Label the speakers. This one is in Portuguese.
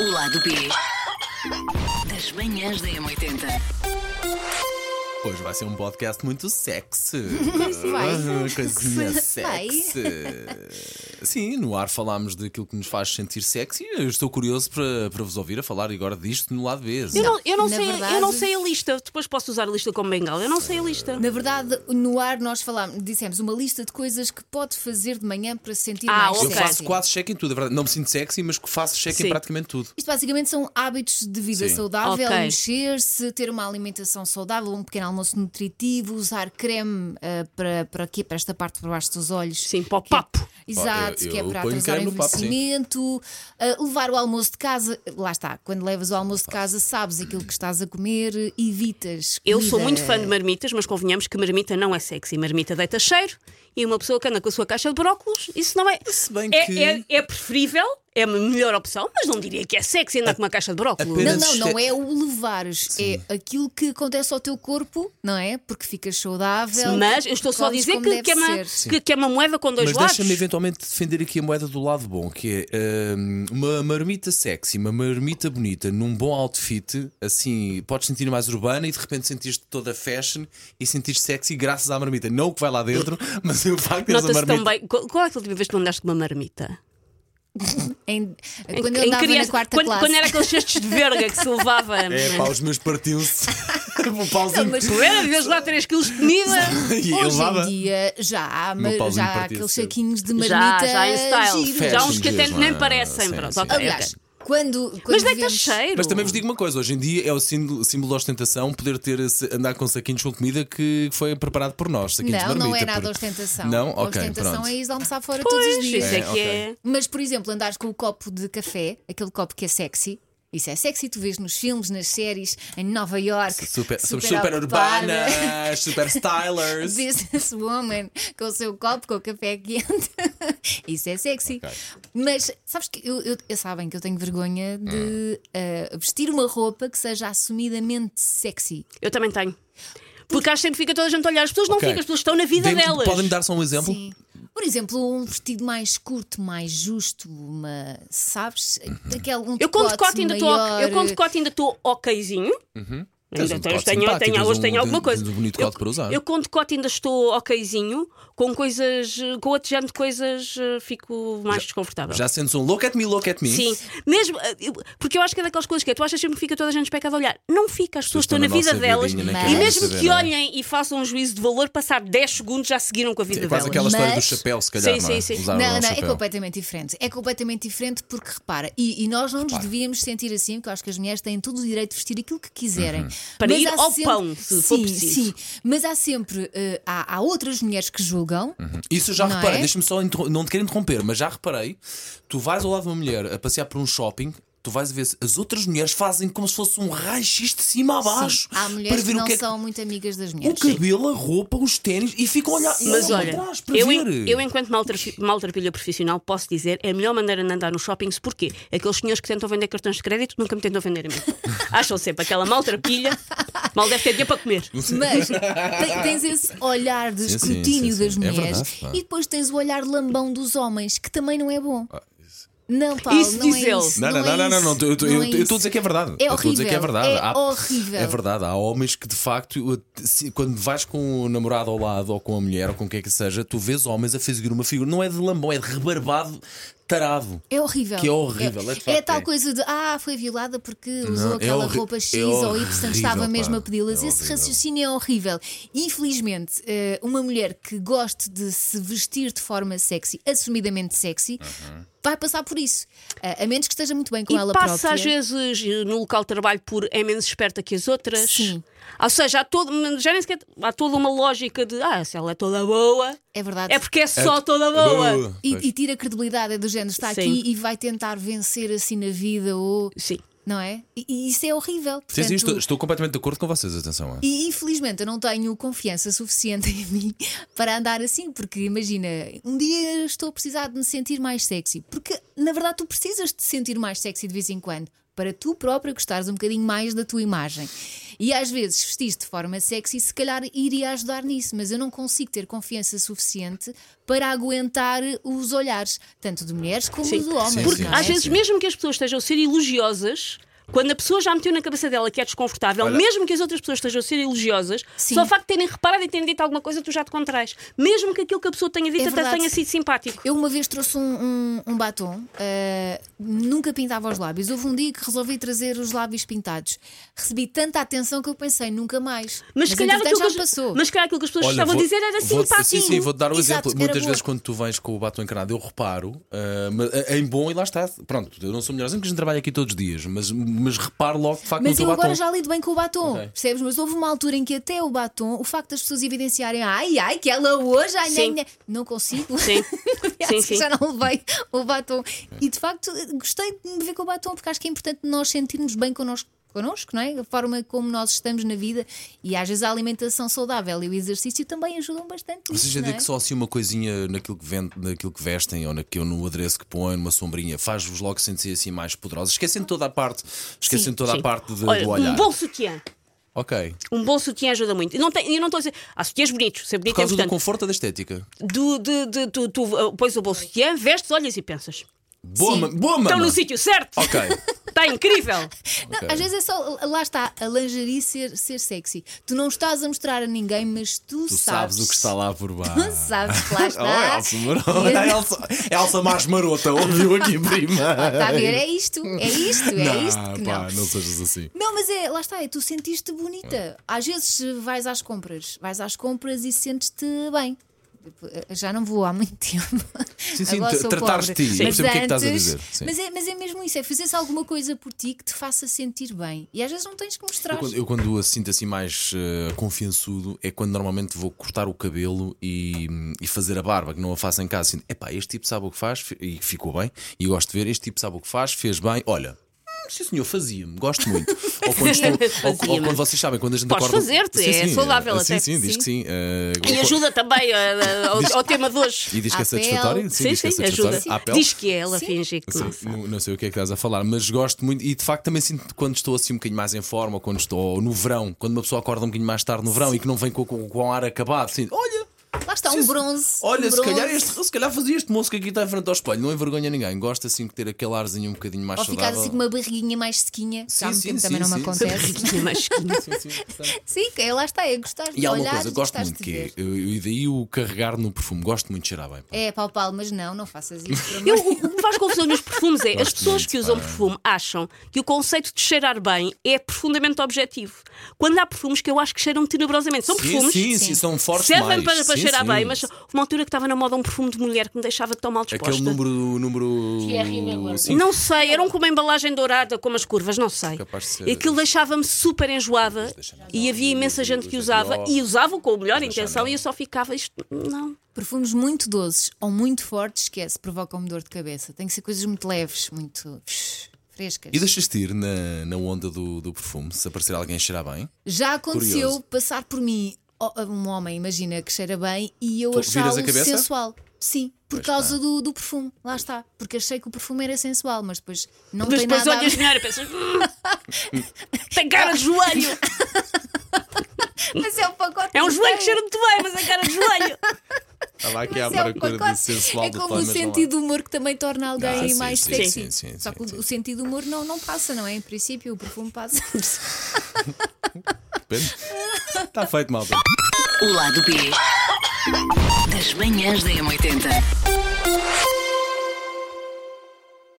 Speaker 1: O lado B das manhãs da M80.
Speaker 2: Hoje vai ser um podcast muito sexy.
Speaker 3: vai.
Speaker 2: Ah, Coisinha
Speaker 3: né? Vai.
Speaker 2: sexy. Sim, no ar falámos daquilo que nos faz sentir sexy. Eu estou curioso para, para vos ouvir a falar agora disto no lado B.
Speaker 4: Eu não, eu, não
Speaker 3: Na
Speaker 4: sei,
Speaker 3: verdade-
Speaker 4: eu não sei a lista, depois posso usar a lista como bengala. Eu não sei a lista.
Speaker 3: Na verdade, no ar nós falámos, dissemos uma lista de coisas que pode fazer de manhã para se sentir
Speaker 4: Ah,
Speaker 3: mais
Speaker 2: Eu
Speaker 4: ok.
Speaker 3: sexy.
Speaker 2: faço quase check em tudo, é verdade. Não me sinto sexy, mas faço check em
Speaker 4: Sim.
Speaker 2: praticamente tudo.
Speaker 3: Isto basicamente são hábitos de vida
Speaker 2: Sim.
Speaker 3: saudável,
Speaker 4: Ok.
Speaker 3: mexer-se, ter uma alimentação saudável, um pequeno almoço nutritivo, usar creme ah, para, para aqui, para esta parte por baixo dos olhos.
Speaker 4: Sim, para o
Speaker 3: Que é-
Speaker 4: papo.
Speaker 3: Exato,
Speaker 2: Ah, eu-
Speaker 3: que é
Speaker 2: eu
Speaker 3: para
Speaker 2: ponho
Speaker 3: atrasar o
Speaker 2: creme no papo, sim.
Speaker 3: envelhecimento, ah, levar o almoço de casa. Lá está, quando levas o almoço de casa, sabes aquilo que estás a comer, evitas.
Speaker 4: Eu sou
Speaker 3: comida-
Speaker 4: muito fã de marmitas, mas convenhamos que marmita não é sexy. Marmita deita cheiro e uma pessoa que anda com a sua caixa de brócolos, isso não é.
Speaker 2: Se bem
Speaker 4: é,
Speaker 2: que-
Speaker 4: é, é preferível, é a melhor opção, mas não diria que é sexy andar com uma caixa de brócolos.
Speaker 2: Apenas-
Speaker 3: Não, não,
Speaker 2: este-
Speaker 3: não é o levares, é aquilo que acontece ao teu corpo, não é? Porque ficas saudável.
Speaker 4: Mas eu estou só a
Speaker 3: comes
Speaker 4: dizer
Speaker 3: como
Speaker 4: que,
Speaker 3: deve
Speaker 4: que é uma,
Speaker 3: ser.
Speaker 4: que, que é uma moeda com dois
Speaker 2: Mas
Speaker 4: lados.
Speaker 2: deixa-me eventualmente defender aqui a moeda do lado bom, que é hum, uma marmita sexy, uma marmita bonita, num bom outfit, assim, podes sentir mais urbana e de repente sentiste toda fashion e sentiste sexy graças à marmita. Não o que vai lá dentro, mas o facto de teres a
Speaker 4: Nota-se
Speaker 2: marmita.
Speaker 4: também. Qual qual é a última vez que tu andaste com uma marmita?
Speaker 3: Em- quando eu andava na quarta
Speaker 4: quando,
Speaker 3: classe.
Speaker 4: quando era aqueles cestos de verga que se levava.
Speaker 2: É, pá, os meus partiam-se. um pauzinho.
Speaker 3: Mas
Speaker 4: Tu era, devias lá 3 quilos de comida.
Speaker 2: E eu
Speaker 3: Hoje em
Speaker 2: levava.
Speaker 3: dia já há,
Speaker 2: meu
Speaker 3: ma-
Speaker 2: pauzinho
Speaker 3: já há
Speaker 2: partia
Speaker 3: aqueles
Speaker 2: cedo.
Speaker 3: saquinhos de
Speaker 4: Já,
Speaker 3: marmita.
Speaker 4: já em style.
Speaker 3: giros.
Speaker 4: Já uns
Speaker 2: Fashion
Speaker 4: que até
Speaker 2: mesmo,
Speaker 4: nem
Speaker 2: ah,
Speaker 4: parecem.
Speaker 2: sim,
Speaker 4: pronto,
Speaker 2: sim.
Speaker 4: ok,
Speaker 3: Aliás,
Speaker 4: ok.
Speaker 3: quando, quando
Speaker 4: Mas é tá deita
Speaker 3: vivemos-
Speaker 4: cheiro.
Speaker 2: Mas também vos digo uma coisa: hoje em dia é o símbolo, símbolo da ostentação poder ter esse- andar com saquinhos com comida que foi preparado por nós. Saquinhos de
Speaker 3: Não,
Speaker 2: marmita,
Speaker 3: não é nada
Speaker 2: porque-
Speaker 3: ostentação.
Speaker 2: Não, ok.
Speaker 3: ostentação
Speaker 2: pronto.
Speaker 3: é ir almoçar fora todos os
Speaker 4: Pois,
Speaker 3: dias.
Speaker 4: isso é
Speaker 2: É,
Speaker 4: que
Speaker 2: ok.
Speaker 4: é.
Speaker 3: Mas, por exemplo, andares com o copo de café, aquele copo que é sexy. Isso é sexy, tu vês nos filmes, nas séries, em Nova York.
Speaker 2: Super, somos super urbanas, super stylers.
Speaker 3: This is woman, com o seu copo, com o café quente. Isso é sexy.
Speaker 2: Ok.
Speaker 3: Mas sabes que eu, eu- eu- sabem que eu tenho vergonha
Speaker 2: Hum.
Speaker 3: de ah, vestir uma roupa que seja assumidamente sexy.
Speaker 4: Eu também tenho. Porque acho sempre que fica toda a gente a olhar. As pessoas não
Speaker 2: Ok.
Speaker 4: ficam, as pessoas estão na vida
Speaker 2: Dê-me-
Speaker 4: delas.
Speaker 2: Podem-me dar só um exemplo?
Speaker 3: Sim. Por exemplo, um vestido mais curto, mais justo, uma, sabes?
Speaker 2: Uhum.
Speaker 3: Aquele, um
Speaker 4: Eu com
Speaker 3: decote
Speaker 4: decote ainda estou
Speaker 3: maior,
Speaker 4: ok- eu com decote ainda estou okzinho.
Speaker 2: Tens um
Speaker 4: Ainda
Speaker 3: então
Speaker 4: tenho,
Speaker 2: decote
Speaker 4: tenho,
Speaker 2: simpático,
Speaker 4: tenho,
Speaker 2: tens
Speaker 4: hoje
Speaker 2: um
Speaker 4: tenho
Speaker 2: de-
Speaker 4: alguma coisa.
Speaker 2: de bonito
Speaker 4: eu,
Speaker 2: decote para usar.
Speaker 4: eu com decote ainda estou okzinho, com coisas, com outro género de coisas eh, fico mais desconfortável.
Speaker 2: Já sentes um look at me, look at me.
Speaker 4: Sim, mesmo eh, eu- porque eu acho que é daquelas coisas que é, tu achas sempre que fica toda a gente especada a olhar. Não fica, as pessoas
Speaker 2: estão
Speaker 4: estão na
Speaker 2: na
Speaker 4: vida
Speaker 2: nossa
Speaker 4: delas
Speaker 2: vidinha,
Speaker 3: nem
Speaker 4: e
Speaker 3: querem
Speaker 4: mesmo
Speaker 2: saber,
Speaker 4: que
Speaker 2: não é?
Speaker 4: olhem e façam um juízo de valor, passar 10 segundos já seguiram com a vida
Speaker 2: É
Speaker 4: delas.
Speaker 2: quase aquela história do
Speaker 3: Mas-
Speaker 2: chapéu, se calhar.
Speaker 4: Sim,
Speaker 2: não é?
Speaker 4: sim, sim.
Speaker 2: Usar o
Speaker 3: Não,
Speaker 2: nosso
Speaker 3: não, é
Speaker 2: chapéu.
Speaker 3: completamente diferente. É completamente diferente porque repara, e, e nós não nos devíamos sentir assim, porque eu acho que as mulheres têm todo o direito de vestir aquilo que
Speaker 2: Uhum.
Speaker 3: quiserem.
Speaker 4: Para
Speaker 3: Mas
Speaker 4: ir
Speaker 3: há
Speaker 4: ao pão,
Speaker 3: sim,
Speaker 4: se for preciso.
Speaker 3: Sim, mas há sempre, eh, há, há outras mulheres que julgam.
Speaker 2: Isso eu já
Speaker 3: Não
Speaker 2: reparei,
Speaker 3: é?
Speaker 2: deixa-me só interrom- não te quero interromper, mas já reparei. Tu vais ao lado de uma mulher a passear por um shopping. Tu vais a ver se as outras mulheres fazem como se fosse um raio-x de cima a baixo
Speaker 3: Sim, há
Speaker 2: para
Speaker 3: mulheres
Speaker 2: ver
Speaker 3: que
Speaker 2: o
Speaker 3: não
Speaker 2: que é que-
Speaker 3: são muito amigas das
Speaker 2: o
Speaker 3: mulheres.
Speaker 2: cabelo, a roupa, os ténis e ficam a olhar e
Speaker 4: Mas
Speaker 2: olham
Speaker 4: olha,
Speaker 2: para trás para
Speaker 4: eu,
Speaker 2: ver.
Speaker 4: eu enquanto maltrafi- maltrapilha profissional posso dizer é a melhor maneira de andar nos shoppings, porquê? Aqueles senhores que tentam vender cartões de crédito nunca me tentam vender a mim. Acham sempre aquela maltrapilha, mal deve ter dinheiro para comer.
Speaker 3: Mas te- tens esse olhar de
Speaker 2: Sim, sim, sim,
Speaker 3: escrutínio
Speaker 2: sim.
Speaker 3: das
Speaker 2: É
Speaker 3: mulheres
Speaker 2: verdade, pá.
Speaker 3: e depois tens o olhar lambão dos homens, que também não é bom. Não, Paulo,
Speaker 4: Isso
Speaker 3: não
Speaker 4: diz
Speaker 3: é
Speaker 4: ele.
Speaker 3: isso.
Speaker 2: Ah, Não, não,
Speaker 3: é
Speaker 2: não, não, não, não,
Speaker 3: isso,
Speaker 2: eu- eu- eu-
Speaker 3: é
Speaker 2: eu estou
Speaker 3: isso.
Speaker 2: a dizer que é verdade.
Speaker 3: É
Speaker 2: eu estou a dizer que é
Speaker 3: horrível,
Speaker 2: verdade.
Speaker 3: é
Speaker 2: Há-
Speaker 3: horrível.
Speaker 2: É verdade, há homens que de facto, eh, se- quando vais com o namorado ao lado ou com a mulher ou com o que é que seja, tu vês homens a fazer uma figura, não é de lambão, é de rebarbado, tarado.
Speaker 3: É horrível.
Speaker 2: Que é horrível, é de
Speaker 3: É,
Speaker 2: facto,
Speaker 3: tal
Speaker 2: é.
Speaker 3: coisa de ah, foi violada porque usou
Speaker 2: Não, é
Speaker 3: aquela
Speaker 2: horri-
Speaker 3: roupa X
Speaker 2: é
Speaker 3: ou Y,
Speaker 2: horrível,
Speaker 3: estava
Speaker 2: pá.
Speaker 3: mesmo a pedi-las.
Speaker 2: É
Speaker 3: Esse
Speaker 2: horrível.
Speaker 3: raciocínio é horrível. Infelizmente, eh, uma mulher que goste de se vestir de forma sexy, assumidamente sexy,
Speaker 2: Uhum.
Speaker 3: vai passar por isso. Eh, a menos que esteja muito bem com
Speaker 4: e
Speaker 3: ela
Speaker 4: passa
Speaker 3: própria.
Speaker 4: às vezes eh, no local de trabalho por é menos esperta que as outras.
Speaker 3: Sim.
Speaker 4: Ou seja, há, todo, já nem sequer, há toda uma lógica de ah, se ela é toda boa,
Speaker 3: É verdade.
Speaker 4: é porque é só toda boa.
Speaker 2: Boa.
Speaker 3: E, e tira credibilidade é do género, está
Speaker 4: Sim.
Speaker 3: aqui e vai tentar vencer assim na vida ou.
Speaker 4: Sim.
Speaker 3: Não é? E, e isso é horrível.
Speaker 2: Sim, sim,
Speaker 3: Portanto,
Speaker 2: estou, estou completamente de acordo com vocês, atenção. é.
Speaker 3: E infelizmente eu não tenho confiança suficiente em mim para andar assim, porque imagina, um dia estou a precisar de me sentir mais sexy, porque na verdade tu precisas de te sentir mais sexy de vez em quando. para tu própria gostares um bocadinho mais da tua imagem. E às vezes vestiste de forma sexy, se calhar iria ajudar nisso, mas eu não consigo ter confiança suficiente para aguentar os olhares, tanto de mulheres como
Speaker 4: Sim.
Speaker 3: de homens.
Speaker 2: Sim,
Speaker 4: Porque
Speaker 2: sim,
Speaker 3: não é?
Speaker 4: às vezes, mesmo que as pessoas estejam a ser elogiosas. Quando a pessoa já meteu na cabeça dela que é desconfortável,
Speaker 2: Olha-
Speaker 4: mesmo que as outras pessoas estejam a ser elogiosas,
Speaker 3: Sim.
Speaker 4: só o facto de terem reparado e terem dito alguma coisa, tu já te contrais. Mesmo que aquilo que a pessoa tenha dito
Speaker 3: É
Speaker 4: até
Speaker 3: verdade.
Speaker 4: tenha sido simpático.
Speaker 3: Eu uma vez trouxe um, um- um batom, ah, nunca pintava os lábios. Houve um dia que resolvi trazer os lábios pintados. Recebi tanta atenção que eu pensei, nunca mais.
Speaker 4: Mas, se calhar
Speaker 3: entretanto,
Speaker 4: aquilo que
Speaker 3: já
Speaker 4: as-
Speaker 3: passou.
Speaker 4: mas se calhar aquilo que as pessoas estavam a
Speaker 2: vou-
Speaker 4: dizer era
Speaker 2: vou-
Speaker 4: simpático.
Speaker 2: Sim, sim, vou dar um
Speaker 3: Exato,
Speaker 2: exemplo.
Speaker 3: era
Speaker 2: Muitas
Speaker 3: boa.
Speaker 2: vezes, quando tu vais com o batom encanado, eu reparo, ah, mas, ah, em bom e lá está. Pronto, eu não sou melhorzinho que a gente trabalha aqui todos os dias, mas, mas reparo logo de facto
Speaker 3: Mas
Speaker 2: no
Speaker 3: eu
Speaker 2: teu batom.
Speaker 3: agora já lido bem com o batom,
Speaker 2: Ok.
Speaker 3: percebes? Mas houve uma altura em que até o batom, o facto das pessoas evidenciarem, ai, ai, que ela hoje, ai,
Speaker 4: Sim.
Speaker 3: ai, ai", não consigo.
Speaker 4: Sim.
Speaker 3: Acho
Speaker 4: Sim,
Speaker 3: que
Speaker 4: sim.
Speaker 3: já não levei o batom. E de facto, gostei de me ver com o batom, porque acho que é importante nós sentirmos bem connosco. Connosco, não é? A forma como nós estamos na vida e às vezes a alimentação saudável e o exercício também ajudam bastante.
Speaker 2: Vocês
Speaker 3: nisso,
Speaker 2: já
Speaker 3: não
Speaker 2: dizem
Speaker 3: é?
Speaker 2: que só assim uma coisinha naquilo que, vende, naquilo que vestem ou naquilo no adereço que põem, uma sombrinha, faz-vos logo sentir assim mais poderosos. Esquecem toda a parte, esquecem
Speaker 3: Sim,
Speaker 2: toda
Speaker 4: Sim.
Speaker 2: a parte de,
Speaker 4: Olha,
Speaker 2: do olhar.
Speaker 4: um bom sutiã.
Speaker 3: É
Speaker 2: Ok.
Speaker 4: Um bom sutiã ajuda muito. E não tem- Eu não estou a dizer. Há sutiãs bonitos. Ser
Speaker 2: Por
Speaker 4: bonito é
Speaker 2: causa do
Speaker 4: importante.
Speaker 2: conforto ou da estética.
Speaker 4: Do, de, de- tu, tu uh, pões o bom sutiã, vestes, olhas e pensas.
Speaker 2: Boa,
Speaker 3: Sim.
Speaker 2: ma- boa mama.
Speaker 4: Estão no sítio certo.
Speaker 2: Ok.
Speaker 4: Está incrível.
Speaker 3: Não,
Speaker 2: Ok.
Speaker 3: às vezes é só, lá está, a lingerie ser, ser sexy. Tu não estás a mostrar a ninguém, mas tu,
Speaker 2: Tu sabes o que está lá por baixo.
Speaker 3: Tu sabes é? que lá
Speaker 2: Oh,
Speaker 3: está.
Speaker 2: Elsa, Marota. É
Speaker 3: E-
Speaker 2: Elsa, Elsa mais marota, ouviu aqui prima.
Speaker 3: Está a ver, é isto, é isto, é
Speaker 2: não,
Speaker 3: isto que
Speaker 2: pá,
Speaker 3: não.
Speaker 2: não. sejas assim.
Speaker 3: Não, mas é, lá está, é, tu sentiste bonita. Às vezes eh, vais às compras, vais às compras e sentes-te bem. Eh, Já não vou há muito tempo.
Speaker 2: Sim, sim,
Speaker 3: Agora
Speaker 2: tra-
Speaker 3: sou
Speaker 2: tratares-te
Speaker 3: pobre.
Speaker 2: de ti, eu
Speaker 3: Mas
Speaker 2: percebo o que é que estás a
Speaker 3: antes-
Speaker 2: dizer, sim.
Speaker 3: Mas é, mas é mesmo isso, é fazer-se alguma coisa por ti que te faça sentir bem. E às vezes não tens que mostrar.
Speaker 2: Eu quando, eu quando a sinto assim mais eh, confiançudo é quando normalmente vou cortar o cabelo e, e fazer a barba, que não a faço em casa. Assim, epá, este tipo sabe o que faz fe- e ficou bem, e eu gosto de ver, este tipo sabe o que faz, fez bem, olha. hum, Sim, senhor, fazia-me, gosto muito. ou, quando estou- ou- ou
Speaker 4: Fazia-me.
Speaker 2: quando vocês sabem, quando a gente
Speaker 4: Podes
Speaker 2: acorda.
Speaker 4: fazer-te,
Speaker 2: Sim,
Speaker 4: é
Speaker 2: sim,
Speaker 4: saudável
Speaker 2: sim,
Speaker 4: até.
Speaker 2: Sim, diz que sim. eh,
Speaker 4: E ajuda também eh, ao, ao tema de hoje.
Speaker 2: E diz que é
Speaker 3: À pele.
Speaker 2: satisfatório?
Speaker 4: Sim,
Speaker 2: diz que é
Speaker 4: sim, ajuda.
Speaker 2: satisfatório. À pele?
Speaker 4: Diz que é, ela finge que não.
Speaker 2: Sim, não, não sei o que é que estás a falar, mas gosto muito e de facto também sinto quando estou assim um bocadinho mais em forma, ou quando estou no verão, quando uma pessoa acorda um bocadinho mais tarde no verão e que não vem com, com, com o ar acabado, assim, olha,
Speaker 3: Lá está, um
Speaker 2: se-
Speaker 3: bronze.
Speaker 2: olha,
Speaker 3: um
Speaker 2: se calhar
Speaker 3: bronze.
Speaker 2: este, se calhar fazia este moço que aqui está em frente ao espelho, não envergonha ninguém, gosto assim de ter aquele arzinho um bocadinho mais
Speaker 3: Ou ficar
Speaker 2: saudável.
Speaker 3: assim com uma barriguinha mais sequinha. que
Speaker 2: Sim,
Speaker 3: há muito
Speaker 2: sim,
Speaker 3: tempo
Speaker 2: sim,
Speaker 3: também não me
Speaker 2: sim, sim.
Speaker 3: acontece.
Speaker 4: Barriguinha mais pequena.
Speaker 3: Sim, é, lá está, é gostar de
Speaker 2: E há uma
Speaker 3: olhar,
Speaker 2: coisa, gosto
Speaker 3: gostares
Speaker 2: muito
Speaker 3: de
Speaker 2: que é,
Speaker 3: ver.
Speaker 2: eu- e daí o carregar no perfume, gosto muito de cheirar bem. pá.
Speaker 3: É, pau, pau, mas não, não faças isso. por amor
Speaker 4: Eu, o o que me faz confusão nos perfumes é as
Speaker 2: Gosto
Speaker 4: pessoas
Speaker 2: muito,
Speaker 4: que usam
Speaker 2: pá.
Speaker 4: perfume acham que o conceito de cheirar bem é profundamente objetivo. Quando há perfumes que eu acho que cheiram tenebrosamente, são
Speaker 2: Sim,
Speaker 4: perfumes.
Speaker 2: sim,
Speaker 3: Sim.
Speaker 2: sim, são fortes
Speaker 4: Servem
Speaker 2: demais.
Speaker 4: para, para
Speaker 2: Sim,
Speaker 4: cheirar
Speaker 2: sim.
Speaker 4: bem, mas houve uma altura que estava na moda um perfume de mulher que me deixava tão mal disposta.
Speaker 2: Aquele número. número...
Speaker 3: Thierry Miller.
Speaker 2: Sim,
Speaker 4: Não sei, eram com uma embalagem dourada, com umas curvas, não sei.
Speaker 2: Capaz de ser.
Speaker 4: E Aquilo deixava-me super enjoada e havia imensa gente
Speaker 2: é
Speaker 4: que usava e usava com a melhor intenção e eu só ficava isto. Não.
Speaker 3: Perfumes muito doces ou muito fortes, esquece, provocam-me dor de cabeça. Tem que ser coisas muito leves, muito frescas.
Speaker 2: E deixas-te ir na, na onda do, do perfume, se aparecer alguém cheirar bem.
Speaker 3: Já aconteceu
Speaker 2: Curioso.
Speaker 3: passar por mim ó, um homem, imagina, que cheira bem e eu
Speaker 2: Tu viras a
Speaker 3: achá-lo
Speaker 2: cabeça?
Speaker 3: sensual. Sim, por
Speaker 2: Pois
Speaker 3: causa do, do perfume, lá está. Porque achei que o perfume era sensual, mas depois não
Speaker 4: Mas
Speaker 3: tem
Speaker 4: depois
Speaker 3: nada
Speaker 4: olhas
Speaker 3: a ver.
Speaker 4: melhor e pensas. "Hum, Tem cara de joelho!
Speaker 3: Mas é o pacote
Speaker 4: É um joelho que
Speaker 3: inteiro.
Speaker 4: cheira muito bem, mas é cara de joelho!
Speaker 2: Estava aqui
Speaker 3: Mas é, um pacote. é como o sentido do humor que também torna alguém
Speaker 2: Ah, sim,
Speaker 3: mais
Speaker 2: sim,
Speaker 3: sexy.
Speaker 2: sim, sim,
Speaker 3: Só
Speaker 2: sim,
Speaker 3: que o-
Speaker 2: sim,
Speaker 3: o sentido do humor não, não passa, não é? Em princípio, o perfume passa.
Speaker 2: Está Tá feito, malta.
Speaker 1: O lado B das manhãs da M80.